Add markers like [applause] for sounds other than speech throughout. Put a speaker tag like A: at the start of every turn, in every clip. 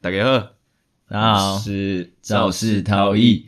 A: 大家好，
B: 大家好
A: 我，是肇事逃逸。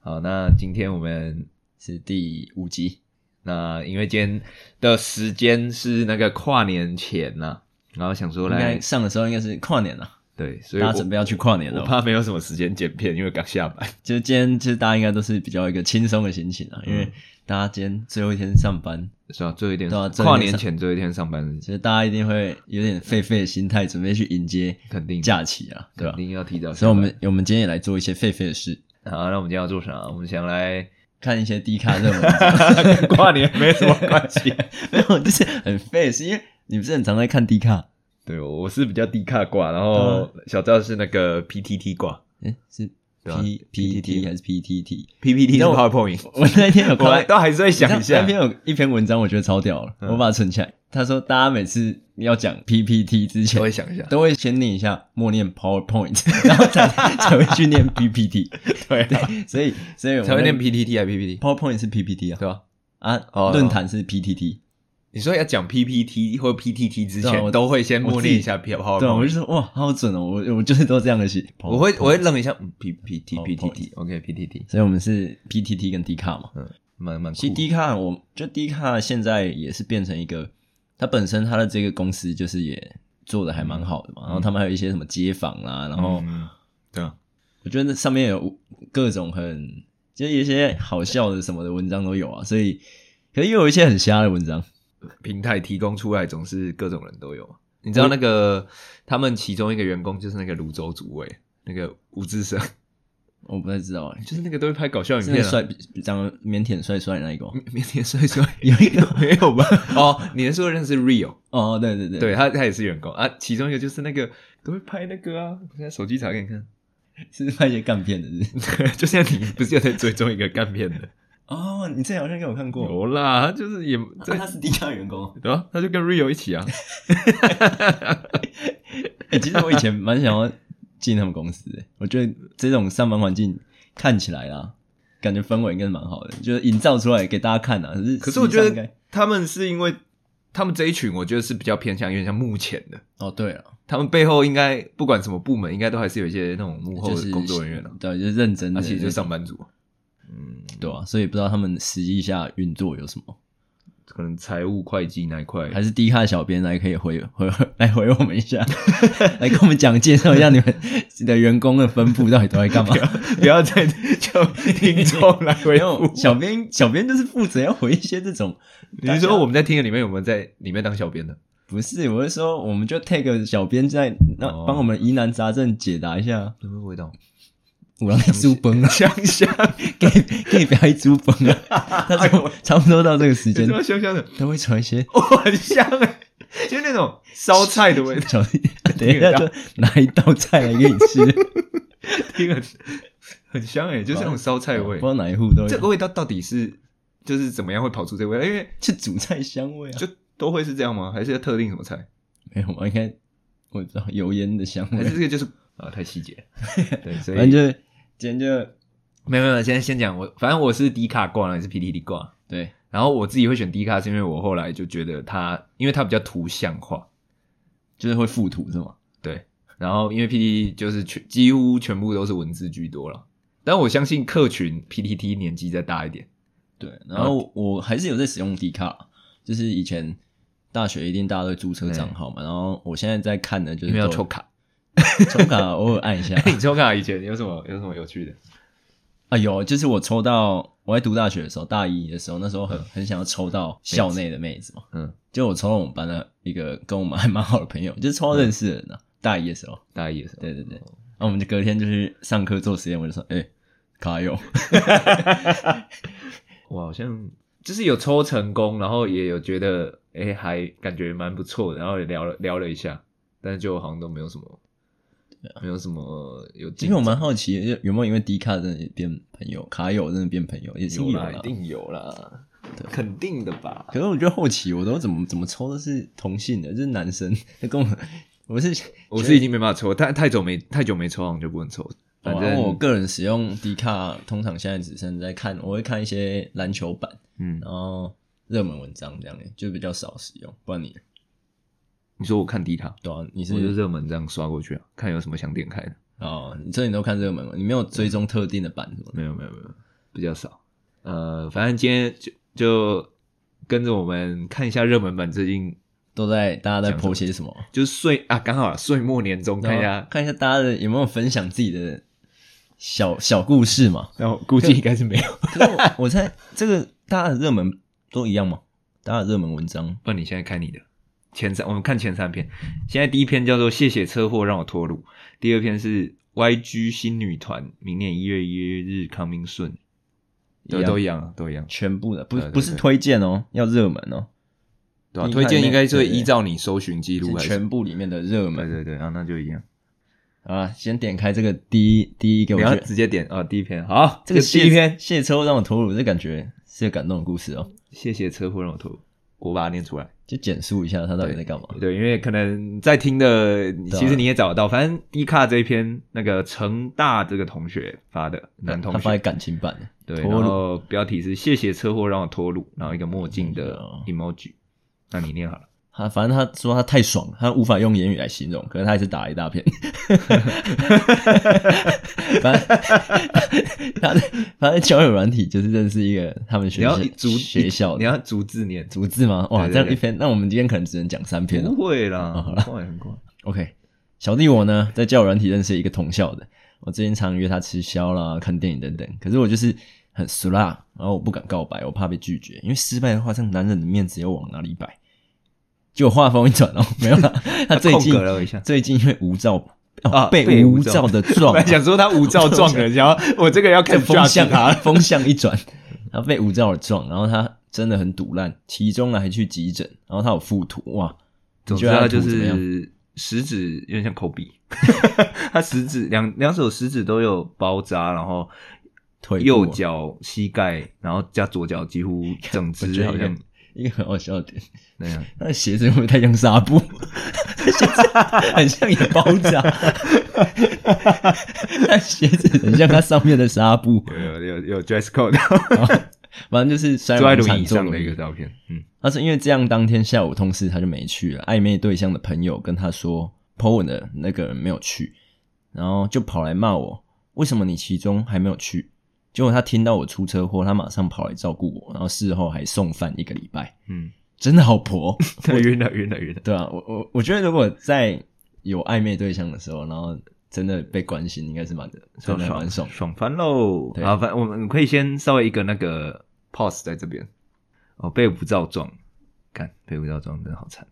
A: 好，那今天我们是第五集。那因为今天的时间是那个跨年前呐、然后想说
B: 应该
A: 来
B: 上的时候应该是跨年了，
A: 对，所以
B: 大
A: 我
B: 家准备要去跨年
A: 我
B: 了。
A: 怕没有什么时间剪片，因为刚下班。
B: 就是今天，其实大家应该都是比较一个轻松的心情啊，
A: 嗯
B: 因为大家今天最后一天上班，
A: 是啊，最后一天、
B: 对啊最后
A: 跨
B: 一天
A: 年
B: 上
A: 前最后一天上班，
B: 其实大家一定会有点废废的心态，准备去迎接
A: 肯定
B: 假期啊，对
A: 肯
B: 吧？
A: 定要提早下班。
B: 所以，我们我们今天也来做一些废废的事，
A: 好，那我们今天要做啥？我们想
B: [laughs]
A: 来
B: 看一些低卡热门文
A: 跟跨年没 [laughs] 什么关系。
B: 章， [laughs] 没有，就是很废的事，因为你不是很常在看低卡？
A: [laughs] 对，我是比较低卡挂，然后
B: 嗯
A: 小赵是那个 PTT 挂
B: 诶，是
A: 对啊
B: P P T 还是 P E T T？
A: ，PPT
B: 是
A: 是 PowerPoint。
B: 我那天有看
A: 我
B: 到
A: 还都还是会想一
B: 那
A: 下，
B: 篇有一篇文章，我觉得超屌了，
A: 嗯
B: 我把它存起来。他说，大家每次要讲 PPT 之前
A: 都，会想一下。
B: 都会先念一下，默念 PowerPoint，然 [laughs] 后才才会去
A: [laughs]
B: 念 PPT。
A: 对啊，
B: 对，所以所以我们
A: 才会念 PTT 还 PPT，
B: PowerPoint 是 PPT 啊，
A: 对吧？
B: 啊，
A: 哦
B: 论坛是 PTT。
A: 你说要讲 PPT 或 PTT 之
B: 对啊我
A: 前，都会先
B: 我
A: 默
B: 自己
A: 念一下 PowerPoint。
B: 对啊，我就说哇，好准哦！我 [laughs] 我就是都这样的写。
A: 我会我会愣一下，嗯，P P T P T T
B: PowerPoint
A: OK P T T，
B: 所以我们是 PTT 跟 D 卡嘛。
A: 蛮蛮酷。
B: 其实 D 卡，我就 D 卡现在也是变成一个，它本身它的这个公司就是也做的还蛮好的嘛。然后他们还有一些什么街访啊，然后
A: 嗯，对啊，
B: 我觉得那上面有各种很，就是一些好笑的什么的文章都有啊，所以可是又有一些很瞎的文章，
A: 平台提供出来总是各种人都有。你知道那个他们其中一个员工就是那个泸州主委，那个吴志胜，
B: 我不太知道啊、
A: [laughs] 就是那个都会拍搞笑影
B: 是那个
A: 片啊。 [laughs]
B: 帅，长得腼腆帅帅的那一个哦，
A: 腼腆帅帅
B: 有一个
A: 没有吧？ [laughs] 哦，你是说认识 Real？
B: 哦，对对对，
A: 对他，他也是员工啊。其中一个就是那个都会拍那个啊，我现在手机查给你看。 [laughs]
B: 是拍一些干片的是不是
A: 就像你不是有在追踪一个干片 [laughs] 的？
B: [laughs] 哦，你之前好像给我看过，
A: 有啦，他就是也
B: 啊、
A: [laughs] 在
B: 他是 D 卡员工。
A: 对啊，他就跟 Rio 一起啊。
B: [laughs] 哎、其实我以前蛮想要进他们公司的，我觉得这种上班环境看起来啦，感觉氛围应该是蛮好的，就是营造出来给大家看啊。可是
A: 可是我觉
B: 实际上应
A: 得
B: 该
A: 他们是因为他们这一群，我觉得是比较偏向有点像幕前的，
B: 哦，对了，
A: 他们背后应该不管什么部门，应该都还是有一些那种幕后
B: 就是
A: 的工作人员啊，
B: 对，就是认真的，
A: 而且就上班族，嗯，
B: 对啊，所以不知道他们实际下运作有什么，
A: 可能财务会计那一块。
B: 还是低卡小编来可以回回来回我们一下， [laughs] 来跟我们讲介绍一下你们的员工的分布到底都在干嘛？
A: 不要再叫听众来回
B: 没有，
A: 复。
B: 小编小编就是负责要回一些这种，
A: [laughs] 你是说我们在听的里面有没有在里面当小编 [laughs] 的？
B: 不是，我是说我们就 take 小编在那
A: 哦
B: 帮我们疑难杂症解答一下。
A: 有没有味道？
B: 我让你猪崩啊，
A: 香香，
B: [laughs] 给给不要猪崩
A: [laughs]
B: 啊！
A: 哎
B: 他说差不多到这个时
A: 有
B: 间
A: 什么香香的？ [laughs]
B: 都会传一些
A: 哦，很香哎，就是那种烧菜的
B: [laughs]
A: 味道，
B: 小，等一下就拿一道菜来给你吃，
A: 听很很香哎，就是那种烧菜
B: 不
A: 味
B: 知。道哪一户都有
A: 这。个味道到底是就是怎么样会跑出这个味道？因为
B: 是主菜香味啊，
A: 就都会是这样吗？还是要特定什么菜？
B: 没有嘛？应该我也不知道油烟的香
A: 还
B: 味
A: 是，哎这个就是啊太细节？ [laughs] 对，所
B: 反
A: 以
B: 正就是今天就
A: 没有没有，现在先讲我，反正我是迪卡挂，你是 PTT 挂。
B: 对
A: 然后我自己会选迪卡，是因为我后来就觉得它，因为它比较图像化，
B: 就是会附图是吗？
A: 对。然后因为 PTT 就是全几乎全部都是文字居多了，但我相信客群 PTT 年纪再大一点。
B: 对，
A: 嗯
B: 然后我还是有在使用迪卡，就是以前大学一定大家都会注
A: 嗯
B: 册账号嘛，然后我现在在看的就是
A: 因为要
B: 都
A: 抽卡。
B: 抽卡，偶尔按一下
A: [laughs] 你抽卡以前有什么有什么有趣的？
B: 啊，有，就是我抽到我在读大学的时候，大一的时候，那时候很很想要抽到校内的妹子嘛，
A: 嗯，
B: 就我抽到我们班的一个跟我们还蛮好的朋友，就是抽到认识的人啊，大一的时候，
A: 大一的时候，哦
B: 对对对，那我们就隔天就去上课做实验，我就说，哎、卡友， [laughs]
A: 我好像就是有抽成功，然后也有觉得哎、诶还感觉蛮不错的，然后也聊了聊了一下，但是就好像都没有什么，没有什么有进
B: 因为我蛮好奇，有有没有因为迪卡真的变朋友，卡友真的变朋友，也是
A: 有啦，
B: 啦
A: 一定有啦，肯定的吧。
B: 可是我觉得后期我都怎么怎么抽都是同性的，就是男生， [laughs] 那跟我我是
A: 我是已经没办法抽，太太久没太久没抽，好像就不能抽。
B: 反
A: 反
B: 正、
A: 正
B: 我个人使用迪卡，通常现在只剩在看，我会看一些篮球版，
A: 嗯，
B: 然后热门文章这样，就比较少使用。不然你
A: 你说我看低塔，
B: 对啊，你
A: 我就是热门这样刷过去啊，看有什么想点开的。
B: 哦，你这你都看热门了，你没有追踪特定的版是吗？
A: 没有没有没有，比较少。呃，反正今天就就跟着我们看一下热门版最近
B: 都在大家在
A: 讲什么
B: 剖些什么？
A: 就是岁啊，刚好啊岁末年终看一
B: 然后
A: 下，
B: 看一下大家的有没有分享自己的小小故事嘛？
A: 然后估计应该是没有。
B: 可是我我猜这个大家的热门都一样吗？大家的热门文章
A: 哦不然你现在看你的前三，我们看前三篇。现在第一篇叫做“谢谢车祸让我脱乳”，第二篇是 YG 新女团明年一月一日康明顺，
B: 一
A: 都
B: 样
A: 都一样啊，都一样。
B: 全部的不
A: 对对
B: 不是
A: 对
B: 推荐哦，要热门哦，
A: 对吧、
B: 你看
A: 推荐应该是会
B: 对对
A: 依照你搜寻记录
B: 是
A: 来。
B: 全部里面的热
A: 对
B: 门
A: 对对，啊，那就一样。
B: 啊。先点开这个第一第一个，我
A: 你
B: 觉
A: 要
B: 得
A: 直接点啊、第一篇好，
B: 这个
A: 第
B: 谢
A: 一篇，
B: 谢车让我投入，这感觉是个感动的故事哦。
A: 谢谢车祸让我脱乳，我把它念出来。
B: 就简述一下他到底在干嘛。
A: 对，因为可能在听的，
B: 对啊
A: 其实你也找得到。反正 D 卡这一篇，那个成大这个同学发的男同
B: 他发在
A: 学，
B: 感情版，
A: 对，
B: 脱
A: 然
B: 乳
A: 后标题是“谢谢车祸让我脱乳”，然后一个墨镜的
B: 嗯
A: emoji。那你念好了，
B: 他反正他说他太爽了，他无法用言语来形容，可是他还是打了一大片。 [laughs] 反正 [laughs] 他在反正交友软体就是认识一个他们
A: 你
B: 学校
A: 要逐
B: 学校
A: 你
B: 的
A: 要逐字念，
B: 逐字吗？哇，
A: 对对
B: 这样
A: 对
B: 一篇，那我们今天可能只能讲三篇了
A: 不。会啦，
B: 哦好
A: 很
B: 啦
A: 快很快。
B: OK，小弟我呢，在交友软体认识一个同校的，我之前常约他吃宵啦、看电影等等，可是我就是很俗辣，然后我不敢告白，我怕被拒绝，因为失败的话，这样男人的面子又往哪里摆？就话锋一转哦， [laughs] 没有
A: [laughs]
B: 啦，他最近
A: 空格了一下
B: 最近因为无照哦、
A: 啊被
B: 被
A: 无
B: 无
A: 照
B: 照的
A: 本 [laughs]
B: 撞
A: 来
B: 啊，
A: 想说他无照撞人，然后我这个要看
B: 这风向
A: 他。
B: [laughs] 风向一转，他被无照的撞，然后他真的很堵烂，其中呢还去急诊，然后他有附图哇，
A: 总
B: 你
A: 之
B: 觉得
A: 他
B: 他
A: 就
B: 图怎么样
A: 是食指有点像抠
B: [laughs]
A: 鼻，他食指两两手食指都有包扎，然后
B: 腿部啊
A: 右脚膝盖，然后加左脚几
B: [laughs]
A: 乎整
B: 我
A: 只
B: 觉得
A: 好
B: 一个
A: 像
B: 一个很好笑的点。
A: 那样。
B: 他的鞋子会不会太像纱布？ [laughs] 鞋子很像有包扎， [laughs] 那鞋子很像它上面的纱布。
A: 有有有有 dress code，
B: 反正就是摔
A: 坐在
B: 完
A: 轮
B: 惨
A: 椅
B: 重
A: 上的一个。照片。嗯，
B: 他说因为这样，当天下午同事他就没去了，暧昧对象的朋友跟他说，po 文的那个人没有去，然后就跑来骂我，为什么你其中还没有去？结果他听到我出车祸，他马上跑来照顾我，然后事后还送饭一个礼拜，
A: 嗯，
B: 真的好婆。
A: [laughs] 晕了晕了晕了。
B: 对啊，我我我觉得如果在有暧昧对象的时候，然后真的被关心，应该是蛮 [laughs] 真的蛮爽。
A: 爽翻喽！
B: 对
A: 好，反我们可以先稍微一个那个 pause 在这边。哦，被无照撞，看被无照撞真的好惨。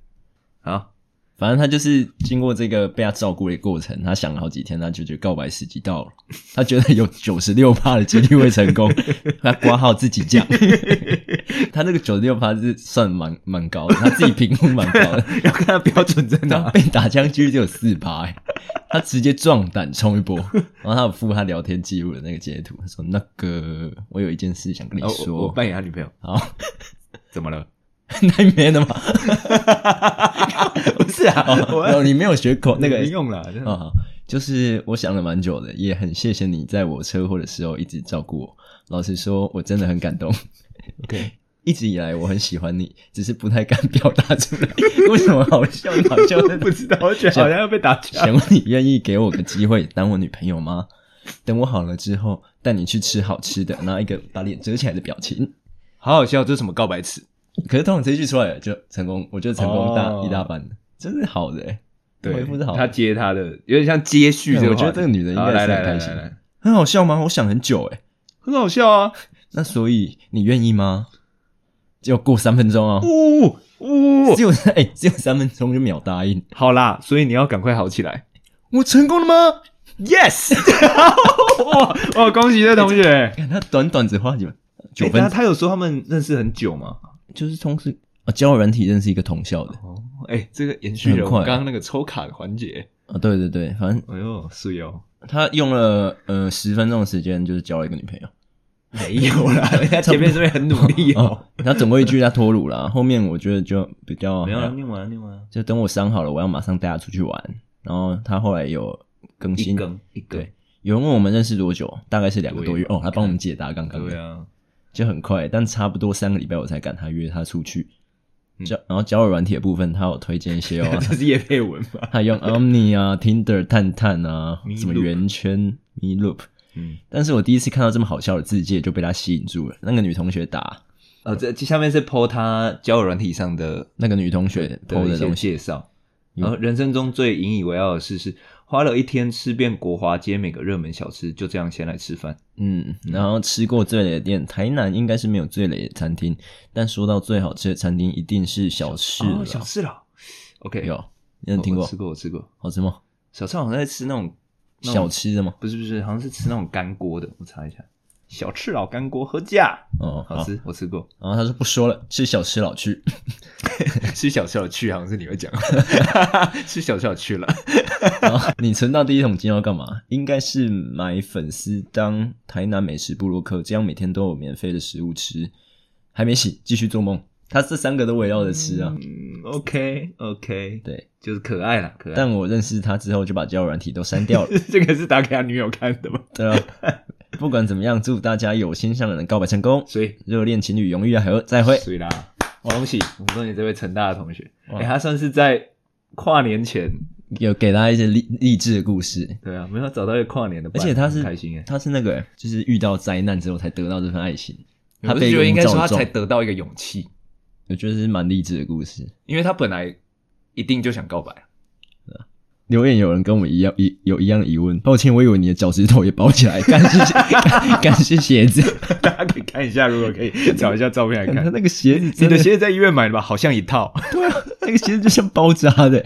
A: 好， [laughs]
B: 反正他就是经过这个被他照顾的过程，他想了好几天，他就觉得告白时机到了，他觉得有九十六趴的几率会成功，他挂号自己讲， [laughs] 他那个九十六趴是算蛮蛮高的，他自己评估蛮高的，
A: 要看他标准在
B: 然后
A: 哪。
B: 被打枪几率只有四趴、
A: [laughs]
B: 欸，他直接壮胆冲一波。然后他有附他聊天记录的那个截图，他说：“那个，我有一件事想跟你
A: 哦我我
B: 说。
A: 扮演他女朋友，
B: 好， [laughs]
A: 怎么了？
B: 太 man 了吗？
A: [laughs] 不是啊，
B: 哦
A: 我
B: 哦，
A: [laughs]
B: 你没有学口那个
A: 没 [laughs] 用了，真
B: 啊、
A: 的
B: 好就是我想了蛮久的，也很谢谢你在我车祸的时候一直照顾我。老实说，我真的很感动。 [laughs]
A: OK
B: 一直以来我很喜欢你，只是不太敢表达出
A: [laughs]
B: 来。为什么好笑？好笑 [laughs] 的
A: [laughs] 不知道，我觉得好像要被打
B: [laughs]
A: 架。
B: 想问你愿意给我个机会当我女朋友吗？ [laughs] 等我好了之后，带你去吃好吃的，然后一个把脸遮起来的表情。
A: 好好笑，这是什么告白词？
B: 可是通常这一句出来了就成功，我觉得成功大、
A: 哦
B: 一大半，真是好的、欸，回复是好的
A: 他接他的，有点像接续这个话
B: 对
A: 题。
B: 我觉得这个女的应
A: 好
B: 该
A: 来
B: 是
A: 来
B: 很
A: 来
B: 开心
A: 来，来，
B: 很好笑吗？我想很久、欸，
A: 很好笑啊！
B: 那所以你愿意吗？只有过三分钟哦，
A: 呜呜
B: 只，有 [laughs] 哎、只有三分钟就秒答应，
A: 好啦，所以你要赶快好起来。
B: 我成功了吗？
A: Yes！哇哇，恭喜这同 [laughs] 学！
B: 看他短短只花几九
A: 诶
B: 分
A: 那，他有说他们认识很久吗？
B: 就是同时啊，交友软体认识一个同校的
A: 哦，哎，这个延续
B: 很
A: 了我
B: 快
A: 们刚刚那个抽卡的环节。
B: 啊，对对对，反正
A: 哎呦，是哦，
B: 他用了呃十分钟的时间，就是交了一个
A: [laughs]
B: 女朋友。
A: 没有 [laughs] 啦，人家前面是不是很努力哦？
B: 哦，他总归一句他脱乳啦，后面我觉得就比较
A: 没有
B: 还
A: 啊，
B: 好
A: 念完了念完了，
B: 就等我伤好了，我要马上带他出去玩。然后他后来有更
A: 一
B: 新，
A: 更一更
B: 对，有人问我们认识多久，大概是两个多月
A: 对啊
B: 哦，他帮我们解答刚刚的
A: 对啊，
B: 就很快，但差不多三个礼拜我才赶他约他出去。
A: 嗯，
B: 交然后交友软体的部分，他有推荐一些哦
A: [laughs] 这是叶佩文
B: [laughs]
A: 吧？
B: 他用 Omni 啊、Tinder、探
A: [laughs]
B: 探啊
A: Me，
B: 什么
A: Loop
B: 圆圈、Me Loop。
A: 嗯，
B: 但是我第一次看到这么好笑的字界，就被他吸引住了。那个女同学打，
A: 哦，这这下面是 PO 他交友软体上的
B: 那个女同学
A: 的
B: PO
A: 一
B: 的
A: 些
B: 东西，
A: 介绍。然后人生中最引以为傲的事是，花了一天吃遍国华街每个热门小吃，就这样先来吃饭。
B: 嗯，然后吃过最雷的嗯店，台南应该是没有最雷的餐厅，但说到最好吃的餐厅，一定是小吃
A: 哦
B: 了。
A: 小吃佬，OK，
B: 有，你
A: 我
B: 有听
A: 我
B: 过
A: 吃？过，我吃过。
B: 好吃吗？
A: 小吃好像在吃那种那
B: 小
A: 种
B: 吃的吗？
A: 不是不是，好像是吃那种干锅的，我查一下。小赤佬干锅合价，
B: 哦，
A: 好。吃，我吃过。
B: 然后他说不说了，吃小吃
A: [laughs]
B: 老去。
A: 吃小赤佬去，好像是你会讲， [laughs] 吃小赤佬去了。
B: 然后哦你存到第一桶金要干嘛？应该是买粉丝当台南美食部落客，这样每天都有免费的食物吃。还没醒，继续做梦。他这三个都围绕着吃啊。
A: 嗯，OK OK，
B: 对，
A: 就是可爱啦，可爱。
B: 但我认识他之后，就把交友软体都删掉了。
A: [laughs] 这个是打给他女友看的吧？
B: 对啊，不管怎么样，祝大家有心上人告白成功，
A: 所以，
B: 热恋情侣永远和再会。
A: 所以啦，恭喜，我恭喜这位成大的同学。
B: 哇
A: 哎、他算是在跨年前，
B: 有给大家一些励励志的故事，
A: 对啊，没有找到一个跨年的伴，
B: 而且他是
A: 很开心哎。
B: 他是那个就是遇到灾难之后才得到这份爱情，他
A: 我是
B: 被
A: 觉得应该
B: 笼
A: 说
B: 罩
A: 他
B: 中
A: 才，得到一个勇气，
B: 我觉得是蛮励志的故事。
A: 因为他本来一定就想告白。 [laughs]
B: 留言有人跟我们一样一有一样的疑问，抱歉，我以为你的脚趾头也包起来，干是 [laughs] 干干是鞋子，
A: 大家可以看一下，如果
B: [laughs]
A: 可以找一下照片来
B: 他
A: 看。
B: 那个鞋子
A: 你
B: [laughs] 真
A: 的
B: 的
A: 鞋子在医院买的吧？好像一套。
B: [laughs] 那个鞋子就像包扎的。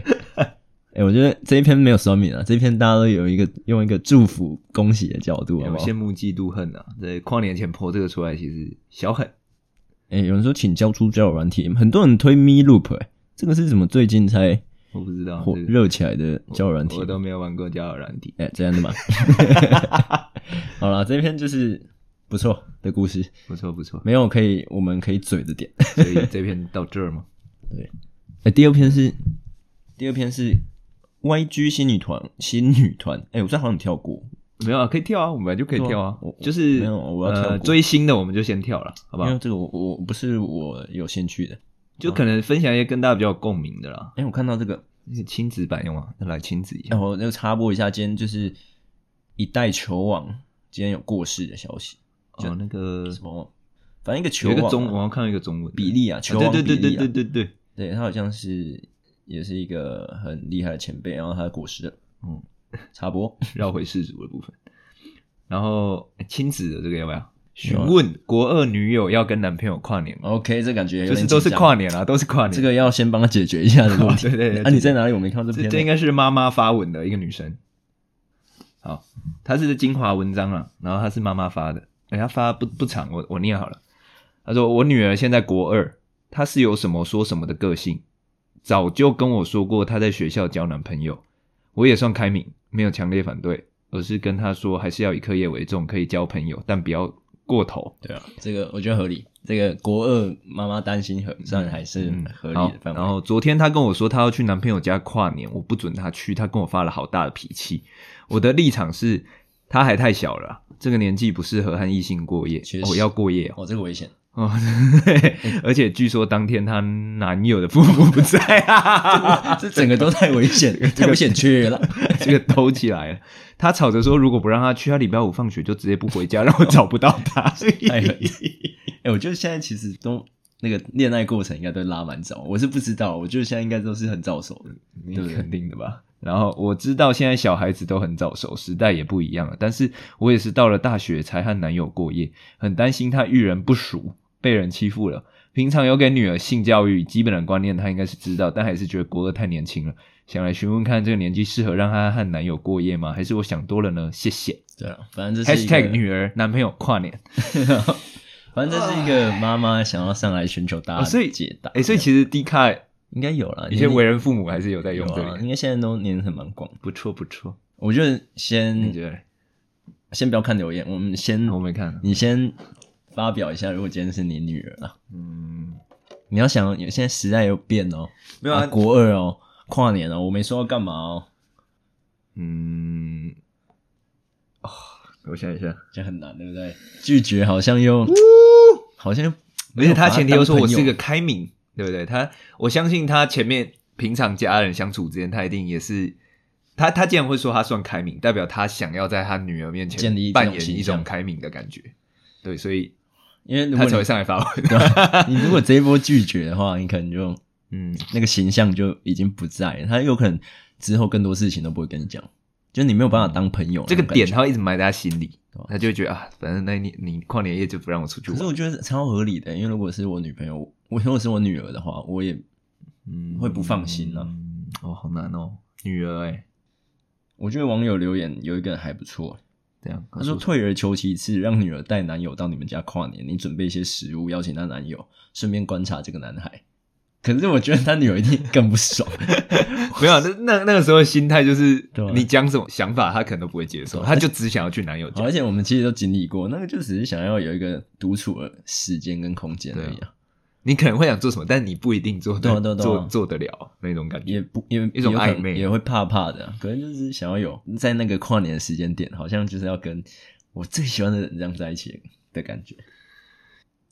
B: 哎、我觉得这一篇没有酸敏啊，这一篇大家都有一个用一个祝福恭喜的角度，好
A: 哎我
B: 不好？
A: 羡慕嫉妒恨啊！在跨年前剖这个出来，其实小狠。
B: 哎、有人说请交出交友软体，很多人推 Me Loop，、欸、这个是怎么最近才
A: 我不知道
B: 火
A: 这个
B: 热起来的交友软体
A: 啊我？都没有玩过交友软体。
B: 哎、这样的吗？ [laughs] 好了，这篇就是不错的故事，
A: 不错不错， [laughs]
B: 没有可以我们可以嘴的点。
A: 所以这篇到这儿嘛。
B: 哎、第二篇是第二篇是 YG 新女团新女团，哎、我这好像跳过，
A: 没有啊，可以跳啊，我们本来就可以跳啊
B: 对啊我。
A: 就是
B: 没有我要跳
A: 呃
B: 过
A: 追星的，我们就先跳了，好不
B: 因为
A: 好？
B: 这个我我不是我有兴趣的。
A: 就可能分享一些跟大家比较有共鸣的啦。
B: 哎、我看到这个，
A: 那个亲子版用吗？那来亲子一下
B: 然。后就插播一下，今天就是一代球王今天有过世的消息，
A: 哦，那个
B: 什么，反正一个球
A: 有一
B: 王啊、
A: 个中，我好像看到一个中文的
B: 比利啊，
A: 啊
B: 球王比
A: 对
B: 利、啊
A: 对对对对对对。
B: 对他好像是也是一个很厉害的前辈，然后他过世了。
A: 嗯，
B: 插播，
A: 绕回世俗的部分。然后诶亲子的这个要不
B: 啊
A: 要？询问国二女友要跟男朋友跨年吗？
B: OK，这感觉
A: [laughs]
B: 有
A: 就
B: 点
A: 是都是
B: 紧张
A: 跨，年啊，都是跨年。
B: 这个要先帮他解决一下这个问题。
A: 对对对
B: [laughs] 啊，你在哪里？我没看到这
A: 这
B: 篇。
A: 这应该是妈妈发文的一个女生。好，她是精华文章啊，然后她是妈妈发的，哎，她发不不长，我我念好了。她说我女儿现在国二，她是有什么说什么的个性，早就跟我说过她在学校交男朋友，我也算开明，没有强烈反对，而是跟她说还是要以课业为重，可以交朋友，但不要过头。
B: 对啊，这个我觉得合理。这个国二妈妈担心合，算还是
A: 嗯
B: 合
A: 好
B: 理的范围。
A: 然后昨天她跟我说她要去男朋友家跨年，我不准她去，她跟我发了好大的脾气。我的立场是，她还太小了啊，这个年纪不适合和异性过夜
B: 确。
A: 我、
B: 实
A: 要过夜
B: [laughs]
A: 哦。
B: 哦，这个危险，
A: 哦 [laughs] 而且据说当天她男友的父母不在、啊，
B: [laughs] 这整个都太危
A: [laughs]
B: 险，太危险去了。
A: 这个兜起来了。她吵着说，如果不让她去，她礼拜五放学就直接不回家，让我找不到
B: [laughs]
A: 她。
B: 太狠！哎、我觉得现在其实都那个恋爱过程应该都拉蛮早，我是不知道，我觉得现在应该都是很早熟的。
A: 你
B: 对不对
A: 肯定的吧？然后我知道现在小孩子都很早熟，时代也不一样了。但是我也是到了大学才和男友过夜，很担心他遇人不淑，被人欺负了。平常有给女儿性教育基本的观念，她应该是知道，但还是觉得国二太年轻了，想来询问看这个年纪适合让她和男友过夜吗？还是我想多了呢？谢谢。
B: 对啊，反正这是一
A: #hashtag
B: 个，
A: 女儿男朋友跨 [laughs] 年。
B: 反正这是一个妈妈想要上来寻求
A: 哦
B: 答案、
A: 所以
B: 解答。
A: 哎、所以其实 D 卡
B: 应该有啦，
A: 一些
B: 年龄
A: 为人父母还是有在
B: 有
A: 用这
B: 啊，
A: 里，
B: 应该现在都年龄很蛮广。
A: 不错不错。
B: 我觉得
A: 你
B: 先
A: 觉得？
B: 先不要看留言，我们先
A: 嗯我没看。
B: 你先发表一下，如果今天是你女儿啊，
A: 嗯，
B: 你要想，现在时代又变哦，
A: 没有啊
B: 啊国二哦，跨年哦，我没说要干嘛哦，
A: 嗯，哦，我想一下，
B: 这很难，对不对？拒绝好像又，好像又，
A: 而且他前提又说我是一
B: 没有
A: 个
B: 把他当
A: 开
B: 朋友，
A: 明，对不对？他我相信他前面平常家人相处之间，他一定也是他他既然会说他算开明，代表他想要在他女儿面
B: 建
A: 前
B: 立一种
A: 扮演
B: 形
A: 一种
B: 象
A: 开明的感觉，对，所以
B: 因为如
A: 他
B: 果
A: 才会
B: 你 [laughs] 啊
A: 上来发文。
B: 你如果这一波拒绝的话，你可能就
A: 嗯，
B: 那个形象就已经不在了，他有可能之后更多事情都不会跟你讲，就你没有办法当朋友。
A: 这个点
B: 那种感觉
A: 他会一直埋在他心里
B: 对啊，
A: 他就会觉得啊，反正那你你跨年夜就不让我出去
B: 可是
A: 玩，
B: 我觉得超合理的，因为如果是我女朋友，我如果是我女儿的话，我也
A: 嗯
B: 会不放心啊
A: 嗯哦，好难哦，女儿哎，
B: 我觉得网友留言有一个还不错，
A: 这样
B: 他说：“退而求其次，让女儿带男友到你们家跨年，你准备一些食物，邀请她男友，顺便观察这个男孩。”可是我觉得他女儿一定更不
A: [laughs]
B: 爽，
A: 没有，那那那个时候的心态就是
B: 对啊，
A: 你讲什么想法，他可能都不会接受，他就只想要去男友
B: 好
A: 家
B: 而。且我们其实都经历过，那个就只是想要有一个独处的时间跟空间而
A: 对
B: 已啊，
A: 你可能会想做什么，但你不一定做
B: 对啊
A: 得
B: 对啊对啊
A: 做做得了那种感觉。
B: 也不也
A: 一种
B: 也有可能
A: 暧昧
B: 也会怕怕的啊、可能就是想要有在那个跨年的时间点，好像就是要跟我最喜欢的人这样在一起的感觉。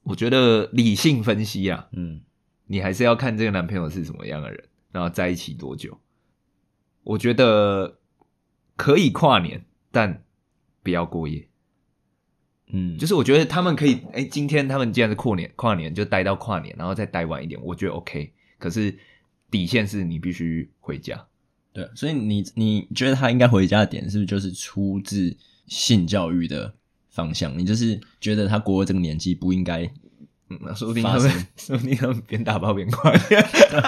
A: 我觉得理性分析啊，
B: 嗯，
A: 你还是要看这个男朋友是什么样的人，然后在一起多久。我觉得可以跨年，但不要过夜。
B: 嗯，
A: 就是是我觉得他们可以，哎，今天他们既然是跨年，跨年就待到跨年，然后再待晚一点，我觉得 OK。可是底线是你必须回家。
B: 对啊，所以你你觉得他应该回家的点是不是就是出自性教育的方向？你就是觉得他过了这个年纪不
A: [laughs]
B: 应该，
A: 嗯，那说不定
B: 发
A: 他们
B: 生，
A: [laughs] 说不定他们边打包边跨年。 [laughs]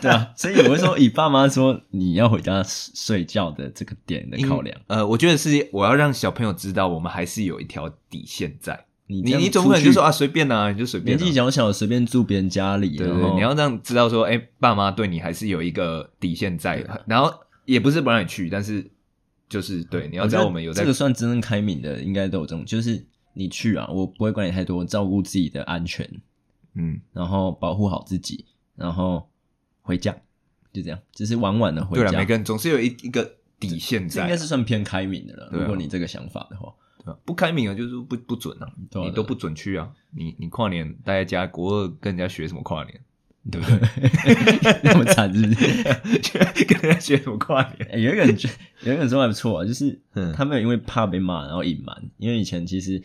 B: 对啊，所以我会说以爸妈说你要回家睡觉的这个点的考量，
A: 呃，我觉得是我要让小朋友知道，我们还是有一条底线在。
B: 你
A: 你
B: 这样
A: 你总不
B: 出
A: 能就
B: 去
A: 说啊随便啊，你就随便、
B: 年
A: 啊。
B: 纪小小随便住别人家里，
A: 对
B: 然
A: 对对，
B: 后
A: 你要让知道说，哎、爸妈对你还是有一个底线在，然后也不是不让你去，但是就是对，你要嗯知道我们有在
B: 这个算真正开明的，应该都有这种，就是你去啊，我不会管你太多，照顾自己的安全，
A: 嗯
B: 然后保护好自己，然后回家，就这样，只是晚晚的回
A: 对了，啊
B: 家
A: 每。个人总是有一一个底线
B: 这
A: 在啊，
B: 应该是算偏开明的了。
A: 对啊
B: 如果你这个想法的话，
A: 对啊不开明啊，就是不不准啊，
B: 对啊
A: 你都不准去啊，你你跨年待在家，国二跟人家学什么跨年？ [laughs]
B: 对不对？那么惨是不是？
A: 跟人家学什么跨年？
B: 欸有一个人觉，有一个人说还不错啊，就是
A: 嗯
B: 他没有因为怕被骂然后隐瞒，因为以前其实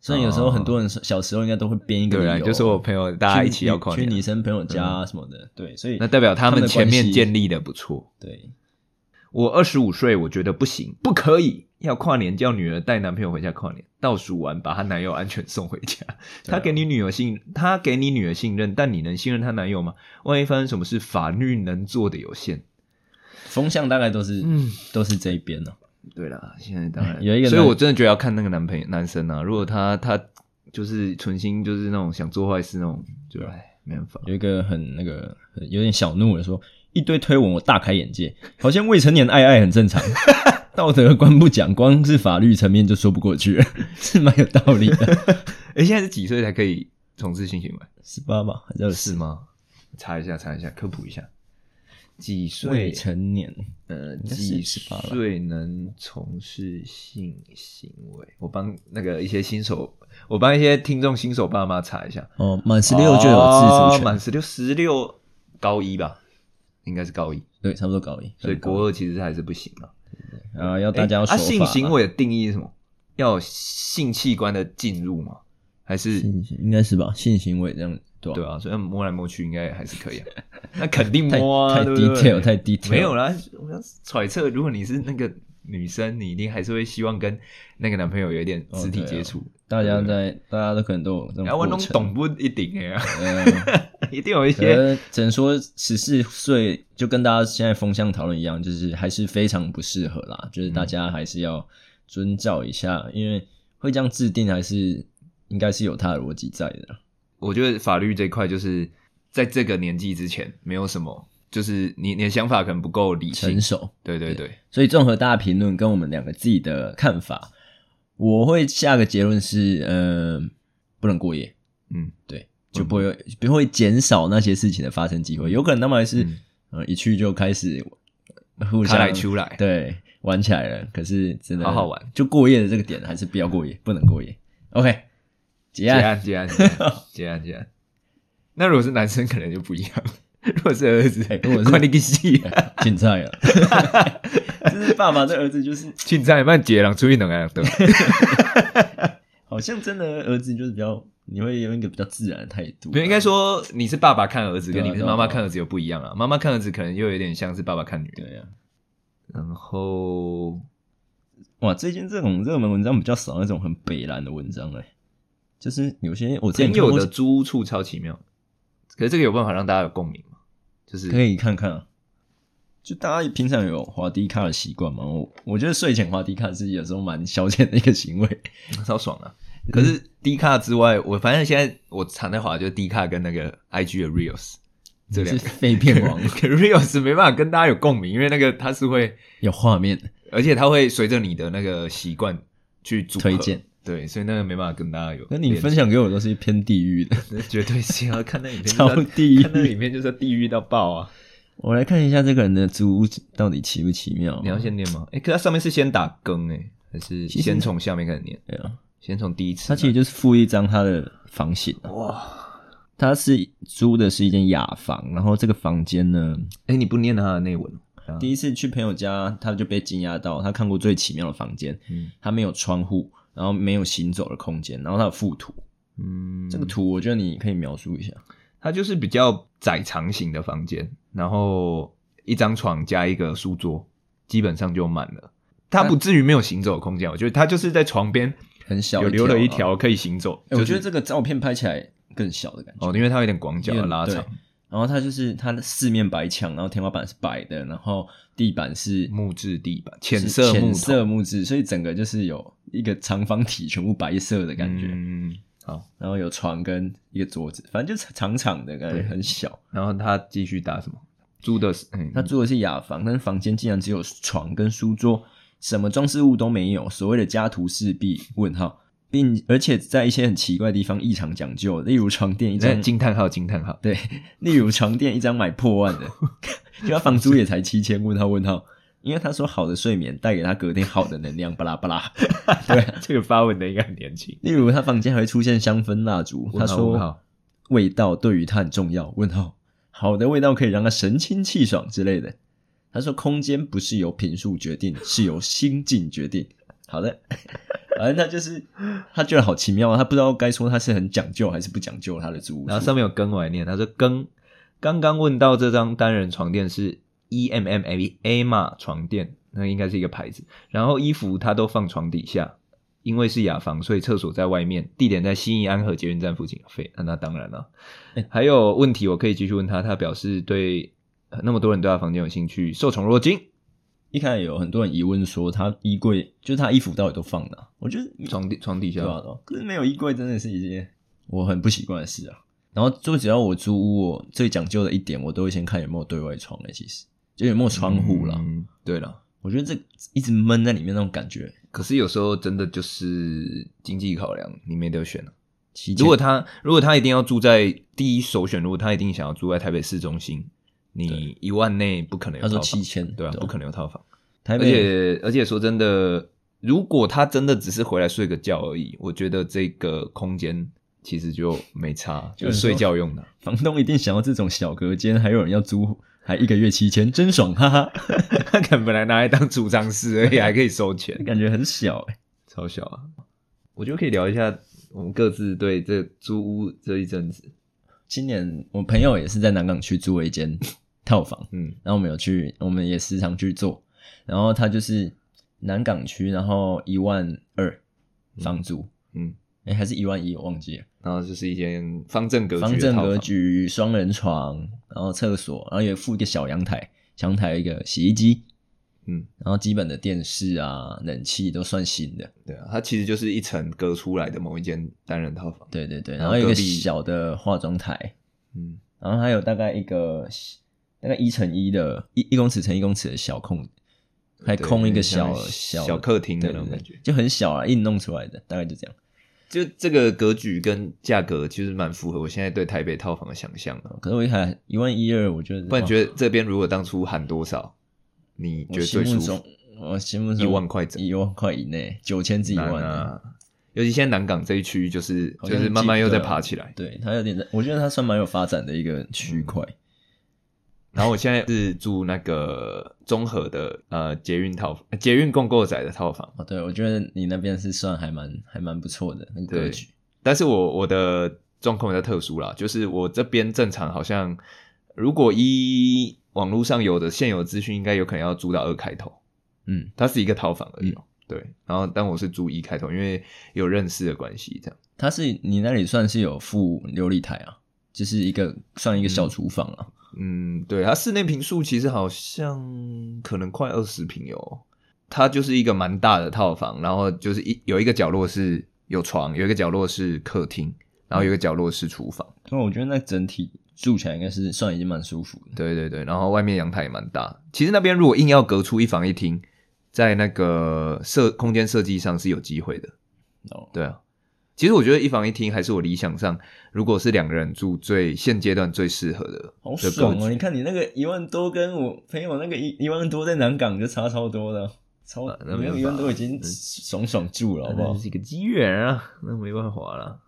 B: 虽然有时候
A: 哦
B: 很多人说小时候应该都会编一个
A: 对啊，
B: 理由，
A: 就是我朋友大家一
B: 去
A: 起
B: 女
A: 要跨
B: 去
A: 年
B: 女
A: 啊，
B: 生朋友家啊什么的，对，所以
A: 那代表他
B: 他们
A: 们
B: 的
A: 前
B: 关
A: 面
B: 系
A: 建立的不错。
B: 对
A: 我二十五岁，我觉得不行，不可以，要跨年叫女儿带男朋友回家跨年，倒数完把她男友安全送回家。
B: 对啊
A: 她给你女儿信，她给你女儿信任，但你能信任她男友吗？万一发生什么事，法律能做的有限。
B: 风向大概都是
A: 嗯，
B: 都是这一边呢。
A: 对啦，现在当然
B: 哎有一个男
A: 所以我真的觉得要看那个男朋友男生啊，如果他他就是存心就是那种想做坏事那种，就哎没办法。
B: 有一个很那个很有点小怒的说，一堆推文我大开眼界，好像未成年爱爱很正常， [laughs] 道德观不讲，光是法律层面就说不过去了， [laughs] 是蛮有道理的。
A: 哎，现在是几岁才可以从事性行为？
B: 十八吧，还是二十
A: 是吗？查一下，查一下，科普一下。几岁
B: 未？成年，
A: 呃，
B: 应该是
A: 几
B: 18了
A: 岁能从事性行为？我帮那个一些新手，我帮一些听众新手爸妈查一下，
B: 哦，满十六就有自
A: 哦
B: 主权，
A: 满十六，十六高一吧，应该是高一，
B: 对，差不多高一，
A: 所以国二其实还是不行啊。
B: 啊要大家要
A: 诶啊，
B: 守
A: 性
B: 法
A: 行为的定义是什么？要有性器官的进入吗？还是
B: 性行应该是吧？性行为这样对吧？
A: 对啊？所以摸来摸去应该还是可以啊。那肯定
B: 太
A: 摸啊，
B: 太
A: 对不对
B: detail 太 detail
A: 没有啦，我要揣测，如果你是那个女生，你一定还是会希望跟那个男朋友有一点
B: 哦
A: 肢体接触。
B: 大家在大家都可能都有这
A: 然后我
B: 啊种过
A: 弄
B: 程。
A: 懂不一定哎、啊，
B: 呃
A: [laughs] 一定有一
B: 可
A: 些
B: 是只能说十四岁就跟大家现在风向讨论一样，就是还是非常不适合啦。就是
A: 嗯
B: 大家还是要遵照一下，因为会这样制定还是应该是有它的逻辑在的啦。
A: 我觉得法律这一块就是在这个年纪之前，没有什么，就是你你的想法可能不够理性
B: 成。熟，
A: 对对对，
B: 所以综合大家评论跟我们两个自己的看法，我会下个结论是，呃，不能过夜，
A: 嗯，
B: 对，就不会有不会减少那些事情的发生机会。有可能他们还是、
A: 嗯
B: 呃一去就开始互
A: 他
B: 相
A: 来出来，
B: 对，玩起来了。可是真的
A: 好好玩，
B: 就过夜的这个点还是不要过夜，不能过夜。OK，结
A: 结
B: 案。
A: 案结案结案结案结案。那如果是男生，可能就不一样。 [laughs] 如果是儿子，
B: 哎如果是
A: 关你个
B: [laughs]
A: 屁啊！
B: 青
A: [laughs]
B: 菜啊，就是爸爸对儿子就是
A: 进站慢解人出去能啊，对吧？
B: 好像真的儿子就是比较，你会用一个比较自然的态度、啊
A: 没有应该说你是爸爸看儿子，
B: 对啊
A: 跟你是
B: 对啊
A: 妈妈
B: 对啊
A: 看儿子又不一样啊。妈妈看儿子可能又有点像是爸爸看女人。
B: 对啊呀、
A: 然后
B: 哇，最近这种热门文章比较少，那种很北蓝的文章嘞、就是有些我之前
A: 朋
B: 看过
A: 友的租屋处超奇妙，可是这个有办法让大家有共鸣吗？就是
B: 可以看看啊。就大家平常有滑低卡的习惯吗？我我觉得睡前滑低卡是有时候蛮消遣的一个行为。
A: 超爽啊！
B: 嗯
A: 可是低卡之外，我反正现在我常在滑就是低卡跟那个 IG 的 Reels 这两
B: 是
A: 个。
B: 废片王
A: [laughs] 可 Reels 没办法跟大家有共鸣，因为那个它是会，
B: 有画面的，
A: 而且它会随着你的那个习惯去组合
B: 推荐。
A: 对，所以那个没办法跟大家有连接。
B: 那你分享给我都是偏地狱的，
A: 绝对是
B: [laughs]
A: 要看那影片就是要，
B: 超地
A: 看那
B: 狱。
A: 影片就是要地狱到爆啊！
B: [laughs] 我来看一下这个人的租屋到底奇不奇妙。
A: 你要先念吗？哎、可它上面是先打更哎、还是
B: 哦其实
A: 先从下面开始念？
B: 对啊，
A: 先从第一次
B: 他
A: 吗？
B: 其实就是附一张他的房型啊，
A: 哇，
B: 他是租的是一间雅房，然后这个房间呢，
A: 哎、你不念它的内文，啊
B: 第一次去朋友家，他就被惊讶到，他看过最奇妙的房间，
A: 嗯
B: 它没有窗户，然后没有行走的空间，然后它有附图，
A: 嗯，
B: 这个图我觉得你可以描述一下，
A: 它就是比较窄长型的房间，然后一张床加一个书桌，基本上就满了。它不至于没有行走的空间，我觉得它就是在床边
B: 很小，
A: 有留了一。条可以行走。
B: 哎
A: 就
B: 我
A: 是
B: 觉得这个照片拍起来更小的感觉。
A: 哦，因为它有点广角
B: 有点
A: 拉长
B: 对，然后它就是它的四面白墙，然后天花板是白的，然后地板是
A: 木质地板，
B: 是
A: 浅色木
B: 浅
A: 头
B: 色木质，所以整个就是有一个长方体，全部白色的感觉。
A: 嗯，好，
B: 然后有床跟一个桌子，反正就是长长的感觉，
A: 对
B: 很小。
A: 然后他继续打什么？租的是，嗯，
B: 他住的是雅房，但是房间竟然只有床跟书桌，什么装饰物都没有，所谓的家徒四壁？问号，并而且在一些很奇怪的地方异常讲究，例如床垫一
A: 那
B: 张，
A: 惊叹号，惊叹号，
B: 对，例如床垫一张买破万的，就他房租也才七千，问号问号。因为他说好的睡眠带给他隔天好的能量，巴拉
A: [laughs]
B: 巴拉。对，
A: [laughs] 这个发文的应该很年轻。
B: 例如他房间还会出现香氛蜡烛，他
A: 问号问
B: 说
A: 号
B: 味道对于他很重要。问号，好的味道可以让他神清气爽之类的。他说空间不是由频数决定，是由心境决定。好的， [laughs] 反正他就是他觉得好奇妙啊，他不知道该说他是很讲究还是不讲究他的租屋
A: 然后
B: 处。
A: 上面有跟我来念，他说跟刚刚问到这张单人床垫是 E M M A A 嘛床垫，那应该是一个牌子。然后衣服他都放床底下，因为是雅房，所以厕所在外面，地点在新义安和捷运站附近。废，那那当然了
B: 哎。
A: 还有问题我可以继续问他，他表示对呃那么多人对他房间有兴趣，受宠若惊。
B: 一开始有很多人疑问说他衣柜就是他衣服到底都放哪？我觉得
A: 床底床底下
B: 对，吧、啊？可是没有衣柜真的是一件我很不习惯的事啊。然后就只要我租屋，我最讲究的一点，我都会先看有没有对外窗的、欸其实就有没有窗户啦。
A: 嗯对了。
B: 我觉得这一直闷在里面那种感觉，
A: 可是有时候真的就是经济考量，你没得选啊。
B: 其实
A: 如果他如果他一定要住在第一首选，如果他一定想要住在台北市中心，你一万内不可能有套
B: 他
A: 房，
B: 说七千，
A: 对啊，不可能有套房。
B: 台
A: 而
B: 北
A: 且而且说真的，如果他真的只是回来睡个觉而已，我觉得这个空间其实就没差，
B: 就
A: [laughs] 就是是
B: 说
A: 睡觉用的。
B: 房东一定想要这种小隔间，还有人要租，还一个月七千，真爽，哈 [laughs] 哈，
A: 他可能本来拿来当储藏室 [laughs] 而已，还可以收钱。
B: 感觉很小、欸。
A: 超小啊！我觉得可以聊一下我们各自对这租屋这一阵子，
B: 今年我朋友也是在南港区租了一间 [laughs] 套房，
A: 嗯，
B: 然后我们有去，我们也时常去做。然后它就是南港区，然后一万二房租，
A: 嗯，
B: 哎、还是一万一，我忘记了。
A: 然后就是一间方正格局的
B: 方正
A: 套
B: 格
A: 房，
B: 局，双人床，然后厕所，然后也附一个小阳台，小阳台有一个洗衣机，
A: 嗯，
B: 然后基本的电视啊、冷气都算新的。
A: 对啊，它其实就是一层隔出来的某一间单人套房，
B: 对对对，
A: 然
B: 然
A: 后
B: 后有一个
A: 隔壁
B: 小的化妆台，
A: 嗯，
B: 然后还有大概一个大概一乘一的一一公尺乘一公尺的小空，还
A: 对
B: 空一个
A: 像
B: 小
A: 小
B: 小
A: 客厅的
B: 对
A: 那种
B: 对
A: 感
B: 对
A: 觉。
B: 就很小啊，硬弄出来的，大概就这样。
A: 就这个格局跟价格其实蛮符合我现在对台北套房的想象的。
B: 可是我一看一万一二，我觉得
A: 不然
B: 哇
A: 觉得这边如果当初喊多少，你
B: 我
A: 觉得
B: 心
A: 最舒
B: 目
A: 服
B: 中？我心目中
A: 一万块整
B: 一万块以内，九千至一
A: 难
B: 万、
A: 啊！尤其现在南港这一区域，就是
B: 好
A: 就
B: 像
A: 是慢慢又在
B: 记得
A: 爬起来。
B: 对它有点在，我觉得它算蛮有发展的一个区块。
A: 嗯然后我现在是住那个综合的呃捷运套呃捷运共购仔的套房，
B: 哦，对，我觉得你那边是算还蛮还蛮不错的那个格
A: 对
B: 局。
A: 但是我我的状况比较特殊啦，就是我这边正常好像如果依网络上有的现有资讯，应该有可能要租到二开头，
B: 嗯，
A: 它是一个套房而已哦、对，然后但我是租一开头，因为有认识的关系，这样。
B: 它是你那里算是有附琉璃台啊，就是一个算一个小厨房啊。
A: 嗯，对，它室内平数其实好像可能快二十平有，哦它就是一个蛮大的套房，然后就是一有一个角落是有床，有一个角落是客厅，然后有一个角落是厨房，
B: 那、我觉得那整体住起来应该是算已经蛮舒服的。
A: 对对对，然后外面阳台也蛮大。其实那边如果硬要隔出一房一厅，在那个设空间设计上是有机会的。
B: 哦，
A: 对啊，其实我觉得一房一厅还是我理想上，如果是两个人住最现阶段最适合的。
B: 好
A: 的
B: 爽
A: 格
B: 哦！
A: 局
B: 你看你那个一万多，跟我朋友那个一一万多在南港就差超多了，超
A: 啊那没
B: 没有
A: 办
B: 一万多
A: 法
B: 已经
A: 嗯
B: 爽爽住了，好不
A: 那
B: 好
A: 就？是一个机缘啊，那没办法啦。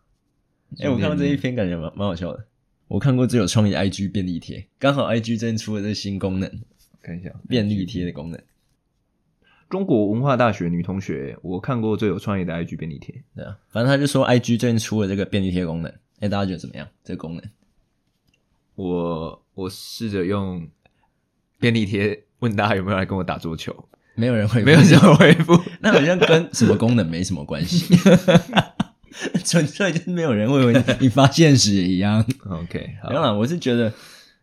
B: 哎、我看到这一篇，感觉蛮蛮好笑的。我看过最有创意的 IG 便利贴，刚好 IG 最近出了这个新功能，
A: 看一下
B: 便利贴的功能，
A: 中国文化大学女同学，我看过最有创意的 IG 便利贴，
B: 对啊，反正他就说 IG 最近出了这个便利贴功能，哎、大家觉得怎么样？这个功能？
A: 我我试着用便利贴问大家有没有来跟我打桌球，
B: 没有人
A: [laughs]
B: 会
A: 没有什么回复。
B: [laughs] 那好像跟什么功能没什么关系， [laughs] 纯粹就是没有人会回你发现时也一样。
A: OK，好
B: 没有啦，我是觉得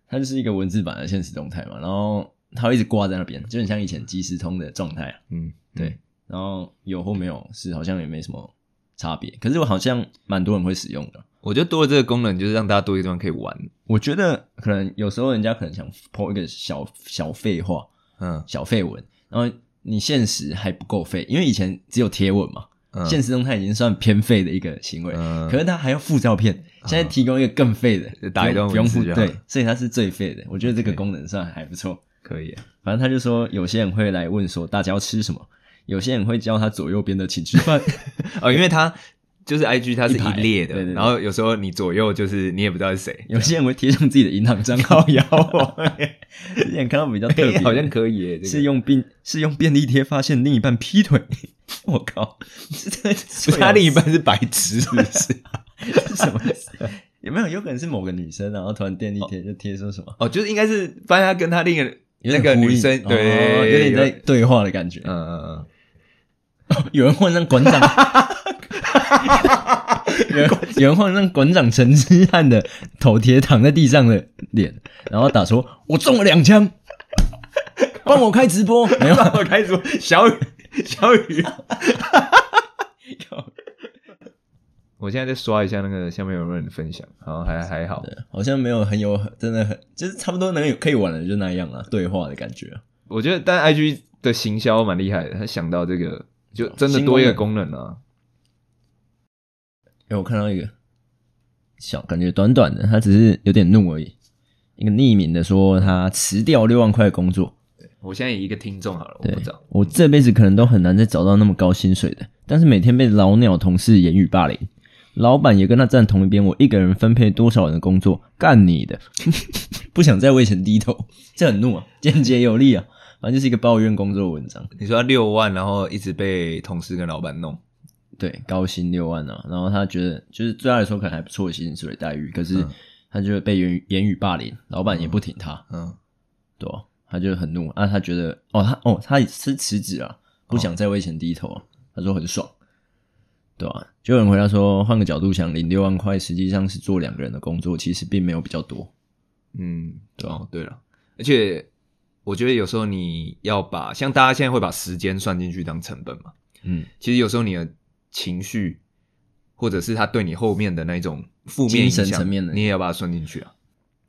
B: 它就是一个文字版的现实动态嘛，然后它会一直挂在那边，就很像以前即时通的状态啊。
A: 嗯，
B: 对，然后有或没有是好像也没什么差别，可是我好像蛮多人会使用的。
A: 我觉得多了这个功能，就是让大家多一个地方可以玩。
B: 我觉得可能有时候人家可能想 po 一个小小废话、
A: 嗯，
B: 小废文，然后你现实还不够废，因为以前只有贴文嘛，
A: 嗯
B: 现实动态已经算偏废的一个行为，
A: 嗯
B: 可是他还要附照片，现在提供一个更废的，
A: 打一段
B: 不用
A: 文字
B: 不用
A: 就
B: 附
A: 好
B: 对，所以它是最废的。我觉得这个
A: OK
B: 功能算还不错。
A: 可以啊。
B: 反正他就说，有些人会来问说大家要吃什么，有些人会叫他左右边的请吃饭。 [laughs]
A: 哦，因为它就是 IG，它是
B: 一
A: 一
B: 排
A: 列
B: 对
A: 的，
B: 对对
A: 然后有时候你左右就是你也不知道是谁，
B: 有些人会贴上自己的银行账
A: [laughs]
B: 号 [laughs] 摇我，之前看到比较特别，
A: 好像可以耶，这个
B: 啊是用便是用便利贴发现另一半劈腿， [laughs] 我
A: [laughs]
B: 靠，这
A: 不 [laughs] 是他另一半是白痴，是不
B: [laughs]
A: 是？
B: 是什么意思？有没有有可能是某个女生，然后突然便利贴就贴说什么？
A: 哦，就是应该是发现他跟他另一个那个
B: 有点呼
A: 女
B: 应
A: 生，
B: 哦
A: 对，
B: 有点在
A: 有
B: 对话的感觉。
A: 嗯嗯嗯。 [laughs]
B: 有人换上馆长，有人有人换上馆长陈之汉的头贴躺在地上的脸，然后打说：“我中了两枪，帮我开直播。”没有，
A: 我开始说小雨，小雨。
B: [laughs]
A: 我现在再刷一下那个下面有没有人分享，好像还还好。
B: 好像没有很有，真的很就是差不多能有可以玩的就那样了，对话的感觉。
A: 我觉得但 IG 的行销蛮厉害的，他想到这个就真的多一个功能啊。
B: 哎、我看到一个小，感觉短短的，他只是有点怒而已。一个匿名的说他辞掉六万块的工作，
A: 我现在以一个听众好了，我
B: 对
A: 不知道，
B: 我这辈子可能都很难再找到那么高薪水的，但是每天被老鸟同事言语霸凌，老板也跟他站同一边，我一个人分配多少人的工作，干你的！ [laughs] 不想再为钱低头，这很怒啊，简洁有力啊，反正就是一个抱怨工作的文章。
A: 你说他六万，然后一直被同事跟老板弄，
B: 对，高薪六万啊，然后他觉得就是对他来说可能还不错的薪水待遇，可是
A: 嗯
B: 他就被言语言语霸凌，老板也不挺他，
A: 嗯，
B: 对啊、他就很怒啊，他觉得哦，他哦，他是辞职啊，不
A: 哦
B: 想再为钱低头啊，他说很爽，对啊，就有人回答说，换个角度想，领六万块实际上是做两个人的工作，其实并没有比较多，
A: 嗯，
B: 对啊
A: 哦，对了，而且我觉得有时候你要把像大家现在会把时间算进去当成本嘛，
B: 嗯，
A: 其实有时候你的情绪，或者是他对你后面的那种负面
B: 精
A: 影
B: 神
A: 响，
B: 层面的
A: 你也要把它算进去啊。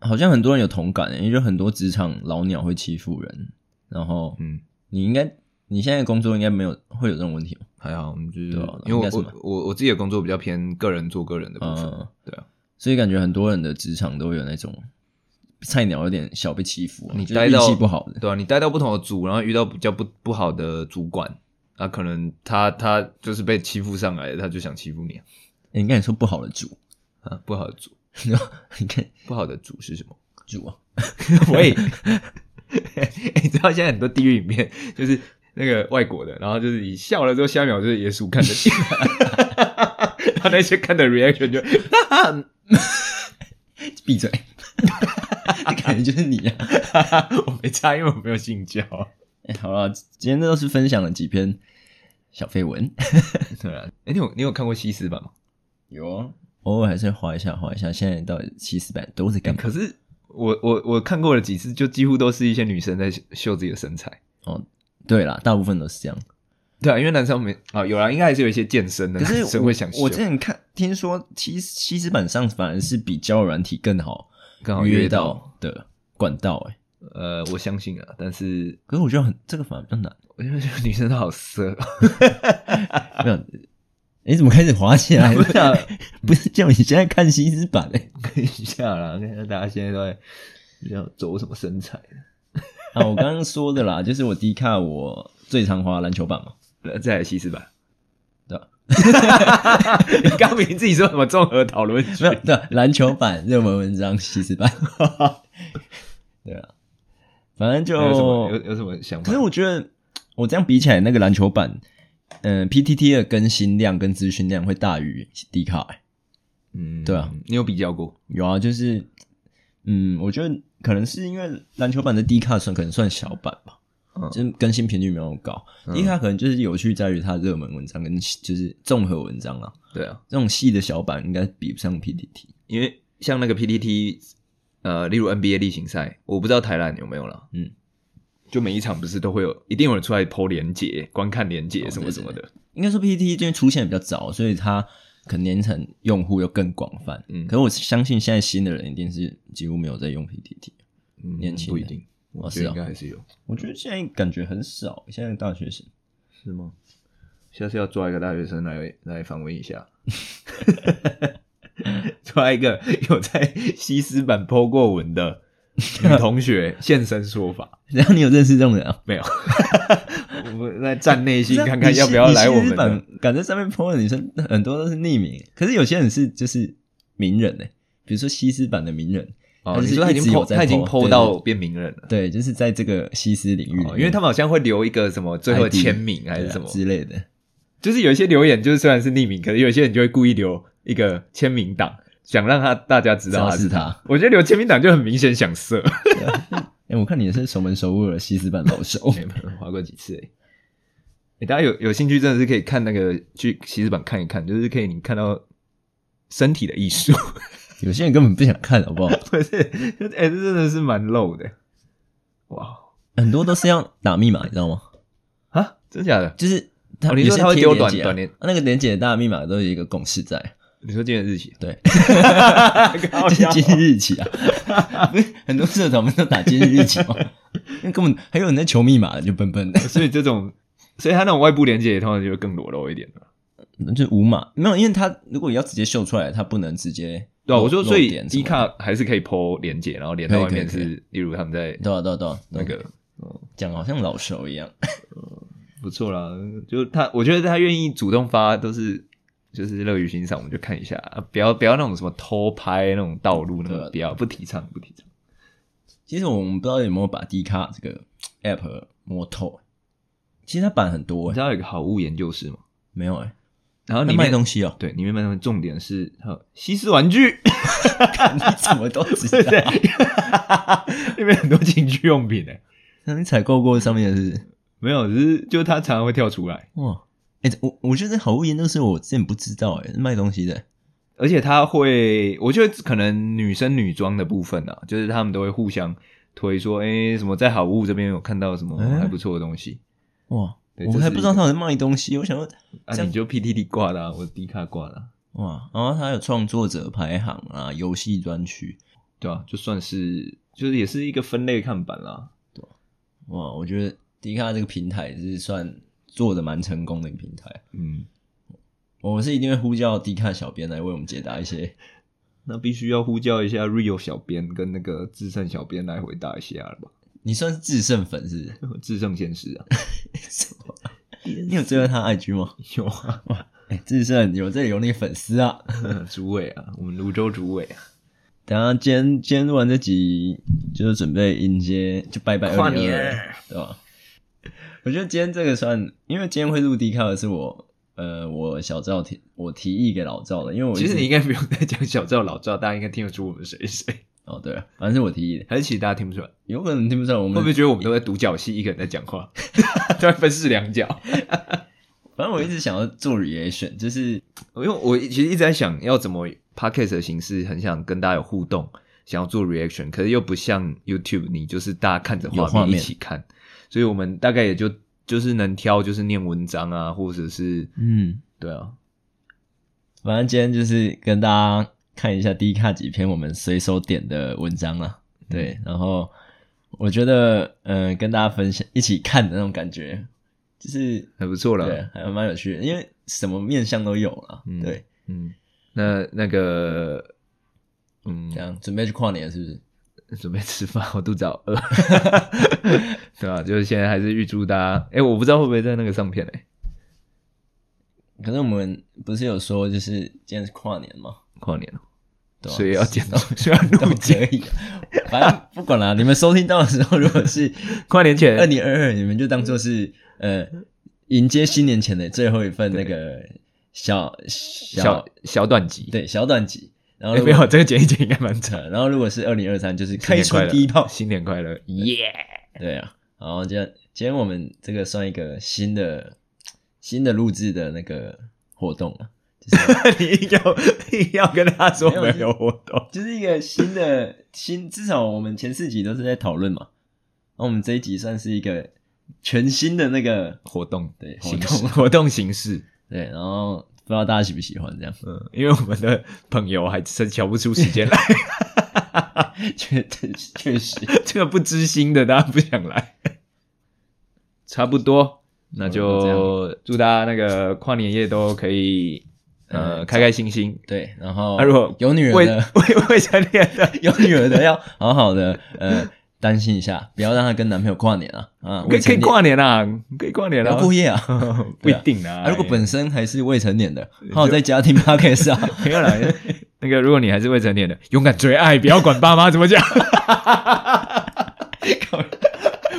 B: 好像很多人有同感，因为就很多职场老鸟会欺负人，然后
A: 嗯，
B: 你应该你现在的工作应该没有会有这种问题吗？
A: 还好，我们就是
B: 对啊
A: 因
B: 应
A: 为
B: 该是
A: 我
B: 吧
A: 我我我自己的工作比较偏个人做个人的部分，
B: 嗯，
A: 对啊，
B: 所以感觉很多人的职场都有那种菜鸟有点小被欺负啊、
A: 你
B: 就是
A: 待
B: 运
A: 到
B: 气不好的，
A: 对啊，你待到不同的组，然后遇到比较不不好的主管，那、可能他他就是被欺负上来的，他就想欺负你啊
B: 欸你刚才说不好的主，
A: 啊，不好的主，
B: 你看
A: 不好的主是什么？ [laughs]
B: 主啊，
A: 喂， [laughs] 你知道现在很多地狱影片就是那个外国的，然后就是你笑了之后，下一秒就是耶稣看 [laughs] 的，他那些看的 reaction 就 [laughs]
B: 闭嘴， [laughs] 这感觉就是你啊。 [laughs]
A: 我没差，因为我没有性交。
B: 欸好了，今天这都是分享了几篇小绯闻，
A: [laughs] 对啊，哎、你有你有看过西施版吗？
B: 有、啊，偶尔还是划一下划一下。现在到底七四版都在干嘛？
A: 可是我我我看过了几次，就几乎都是一些女生在秀秀自己的身材。
B: 对啦，大部分都是这样。
A: 对啊，因为男生没啊、有啦，应该还是有一些健身的
B: 可是
A: 男生会想
B: 我，我
A: 秀
B: 之前看听说七七四版上反而是比交友软体更好
A: 刚好
B: 哦约
A: 约
B: 到的管道、欸，
A: 呃，我相信啊，但是
B: 可是我觉得很这个反而比较难。
A: 我就觉得女生都好色，
B: 没有，你哎怎么开始滑起来
A: 不是啊
B: 了？ [laughs] 不是叫你现在看西施版哎诶、
A: 看一下啦， [laughs] 看一下大家现在都在要走什么身材。
B: 啊，我刚刚说的啦，就是我迪卡我最常滑篮球版嘛，
A: 呃再来西施版，
B: 对 [laughs] 吧？
A: 啊你刚明明自己说什么综合讨论区
B: 没有对啊篮球版热门文章西施
A: [laughs]
B: 版，对啊，反正
A: 有什么
B: 就
A: 有有什么想法？
B: 可是我觉得我这样比起来，那个篮球版，嗯、p t t 的更新量跟资讯量会大于 D 卡、欸。
A: 嗯，
B: 对啊，
A: 你有比较过？
B: 有啊，就是，嗯，我觉得可能是因为篮球版的 D 卡算可能算小版吧，
A: 嗯
B: 就是更新频率没有那么高。
A: 嗯
B: D 卡可能就是有趣在于它热门文章跟就是综合文章啊，
A: 对啊，
B: 这种细的小版应该比不上 PTT。
A: 因为像那个 PTT，呃，例如 NBA 例行赛，我不知道台篮有没有啦，
B: 嗯，
A: 就每一场不是都会有，一定有人出来剖连结、观看连
B: 哦
A: 结什么什么的，
B: 应该说 PTT 因为出现得比较早，所以它可能年层用户又更广泛。
A: 嗯
B: 可是我相信现在新的人一定是几乎没有在用 PTT。
A: 嗯
B: 年轻
A: 不
B: 的
A: 一定，我
B: 哦
A: 觉得
B: 是哦
A: 应该还是有，
B: 我觉得现在感觉很少，现在大学生 [laughs]
A: 是吗？下次要抓一个大学生来来访问一
B: [laughs]
A: 下，抓一个有在西施版 PO 过文的女
B: [laughs]
A: 同学现身说法，
B: 然后你有认识这种人啊？ [laughs]
A: 没有？ [laughs] 我们来站内心
B: 这样
A: 看看
B: 你
A: 要
B: 是
A: 不要
B: 你
A: 来
B: 是
A: 我
B: 日
A: 们的。
B: 本敢在上面 PO 的女生很多都是匿名，可是有些人是就是名人呢、欸比如说西施版的名人，
A: 哦，
B: 他
A: 你
B: 就是
A: 说他已经
B: 一直有
A: PO，
B: 在
A: 他已经
B: po，
A: PO
B: 对
A: 到变名人了。
B: 对，就是在这个西施领域里面、
A: 哦，因为他们好像会留一个什么最后
B: ID
A: 签名还是
B: 对啊
A: 什么，
B: 之类的，
A: 就是有一些留言就是虽然是匿名，可是有些人就会故意留一个签名档，想让他大家知
B: 知
A: 道啊
B: 道
A: 他
B: 是
A: 是。
B: 他。
A: 我觉得留签名档就很明显想
B: [laughs]
A: 色，，
B: 哎、我看你也是熟门熟路的西施版老手
A: [laughs] 划过几次哎、欸大家有有兴趣真的是可以看那个去骑士版看一看，就是可以你看到身体的艺术， [laughs]
B: 有些人根本不想看，好不好？
A: 不是？哎、欸，这真的是蛮露的，哇
B: 很多都是要打密码，你知道吗？
A: 啊，真假的？
B: 就是他、
A: 哦你说
B: 有些
A: 他会
B: 贴
A: 丢
B: 连
A: 短
B: 结啊
A: 短链
B: 那个连接大家密码都有一个共识在。
A: 你说今天的日期？ [laughs] 哦
B: 对，
A: 靠
B: 就是
A: 腰
B: 今日日期啊，不是很多社团不是都打今日日期吗？那根本还有人在求密码，就笨笨
A: [laughs]
B: 的，
A: 所以这种，所以他那种外部连接也通常就会更裸露一点了。
B: 就无码没有，因为他如果要直接秀出来，他不能直接
A: 对啊，我说
B: 露
A: 所以
B: 点什
A: 低
B: 么的
A: 卡还是可以 PO 连接，然后连到外面
B: 可以可以
A: 是，例如他们在
B: 对啊对啊对啊，
A: 那个
B: 讲好像老熟一样，
A: 不错啦，就他，我觉得他愿意主动发都是就是乐于欣赏，我们就看一下，啊、不要不要那种什么偷拍那种道路，那
B: 对啊
A: 种不要不提倡不提倡。
B: 其实我们不知道有没有把 D 卡这个 app 摸透，其实它版很多
A: 我
B: 欸
A: 知，道有个好物研究室嘛，
B: 没有哎，
A: 然后
B: 它
A: 里
B: 卖
A: 面，
B: 东西哦 [laughs]
A: 对里面卖东西，重点是还有西施玩具，
B: 你怎么都知
A: [laughs] 对不对
B: 道？？
A: 里面很多情趣用品诶、
B: 那你采购过上面的是不是
A: 没有，只是就他常常会跳出来。
B: 哇？哎、我我觉得好物研究室我之前不知道哎、卖东西的
A: 而且他会，我觉得可能女生女装的部分啊，就是他们都会互相推说，哎、什么在好物这边有看到什么
B: 诶
A: 还不错的东西，
B: 哇，
A: 对
B: 我
A: 这
B: 还
A: 是
B: 不
A: 一
B: 知道
A: 个
B: 他有卖东西，我想说这
A: 啊，
B: 样
A: 你就 PTT 挂的、啊，我迪卡挂的啊、
B: 哇，然后他有创作者排行啊，游戏专区
A: 对啊，就算是就是也是一个分类看板啦。
B: 哇，我觉得迪卡这个平台是算做的蛮成功的一个平台，
A: 嗯，
B: 我是一定会呼叫迪卡小编来为我们解答一些，
A: 那必须要呼叫一下 Rio 小编跟那个智胜小编来回答一下了吧？ [laughs]
B: 你算是制胜粉是
A: 智胜先师啊，
B: 不是？什么？你有追到他 IG [laughs] 吗？
A: 有啊， [laughs]
B: 哎、志胜有这里有那个粉丝啊。
A: 主委啊，我们泸州主委啊，
B: 等一下今天今天录完这集，就是准备迎接就拜拜
A: 跨
B: 2022
A: 年，
B: 对吧？我觉得今天这个算，因为今天会录 D 卡的是我呃我小赵提我提议给老赵的，因为我一
A: 其实
B: 直
A: 你应该不用再讲小赵老赵，大家应该听得出我们谁是谁，
B: 哦对了，反正是我提议的，
A: 还是其实大家听不出来？
B: 有可能听不出来我
A: 会
B: 们
A: 不会觉得我们都在独角戏，一个人在讲 [laughs] 话，突然分饰两角？
B: 反正我一直想要做 reaction，就是
A: 因为我其实一直在想要怎么 podcast 的形式，很想跟大家有互动，想要做 reaction，可是又不像 YouTube，你就是大家看着
B: 有画
A: 面一
B: 面
A: 起看，所以我们大概也就就是能挑就是念文章啊，或者是
B: 嗯，
A: 对啊，
B: 反正今天就是跟大家看一下 D 卡几篇我们随手点的文章啦。
A: 嗯
B: 对，然后我觉得嗯、呃跟大家分享一起看的那种感觉，就是
A: 很不错
B: 对
A: 了。，
B: 还蛮有趣的，因为什么面相都有啦。
A: 嗯
B: 对，
A: 嗯，那那个嗯
B: 这，样准备去跨年了是不是？
A: [laughs] 准备吃饭，我肚子好饿， [laughs] 对啊，就是现在还是预祝大家，哎、我不知道会不会在那个上片嘞、
B: 可是我们不是有说就是今天是跨年嘛，
A: 跨年了，
B: 对吧、
A: 所以要剪
B: [laughs]
A: 到， [laughs] 所以要
B: 都
A: 录
B: 可
A: 节
B: 以，反正不管啦。你们收听到的时候，如果是
A: 跨年前
B: 二零二二，你们就当做是
A: 嗯
B: 呃迎接新年前的最后一份那个小
A: 小
B: 小
A: 小短集，
B: 对小短集。然后
A: 哎，
B: 如
A: 没
B: 果、
A: 有这个剪一剪应该 [laughs] 蛮长。
B: 呃然后如果是二零二三，就是
A: 新
B: 开
A: 年
B: 出
A: 快乐
B: 第一炮。
A: 新年快乐，耶！
B: 对啊，然后今天今天我们这个算一个新的新的录制的那个活动啊，
A: [laughs] 你一定要 [laughs] 一定要跟他说
B: 没有
A: 活动，
B: 就是一个新的新，至少我们前四集都是在讨论嘛，然后我们这一集算是一个全新的那个
A: 活动
B: 对
A: 形
B: 活
A: 式，
B: 动
A: 活动形式。
B: 对，然后不知道大家喜不喜欢这样，
A: 嗯，因为我们的朋友还真瞧不出时间来，
B: [laughs] 确确确实，
A: [laughs] 这个不知心的大家不想 [laughs] 来。差不多，那
B: 这
A: 就祝大家那个跨年夜都可以呃开开心心。
B: 对，然后
A: 啊如果
B: 有女
A: 未 [laughs]
B: 儿的，
A: 未未成年 [laughs] 的
B: [laughs] 有女儿的要好好的呃担心一下，不要让她跟男朋友跨年啊啊，
A: 可以可
B: 未
A: 以
B: 成年
A: 跨年啦，可以跨年
B: 不
A: 啦
B: 要，过夜啊。
A: [laughs] 不一
B: 对啊
A: 定啊
B: 啊，如果本身还是未成年的，好好在家听 podcast 啊， [laughs]
A: 没有啦， [laughs] 那个如果你还是未成年的，勇敢追爱，不要管爸妈怎么讲。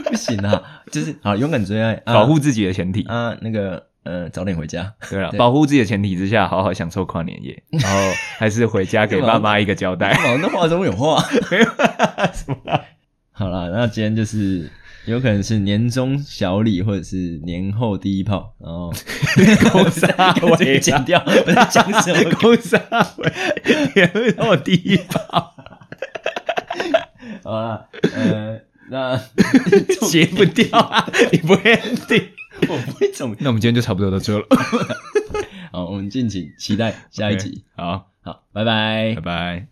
B: 不行啊，就是好勇敢追爱，
A: [laughs]
B: 啊
A: 保护自己的前提。
B: 啊那个呃早点回家，
A: 对了，
B: 对
A: 保护自己的前提之下，好好享受跨年夜，然后还是回 [laughs] 家给爸妈一个交 [laughs] 代。
B: 老哦那话中有
A: [laughs]
B: 话。
A: 没有啦什么啦
B: 好啦，那今天就是有可能是年终小礼，或者是年后第一炮，然
A: [laughs]
B: 后
A: 狗傻
B: 我
A: 尾啊
B: 剪掉，我在讲什
A: [laughs]
B: 么？
A: 公杀回，也会让我第一炮，
B: 好啦，呃，
A: [laughs]
B: 那
A: 截不掉 [laughs] 啊！你不会定。
B: [laughs] 我不会总
A: 那我们今天就差不多到 [laughs] 这了，
B: 好，我们敬请期待下一集。
A: OK，好，
B: 好，拜拜
A: 拜。拜。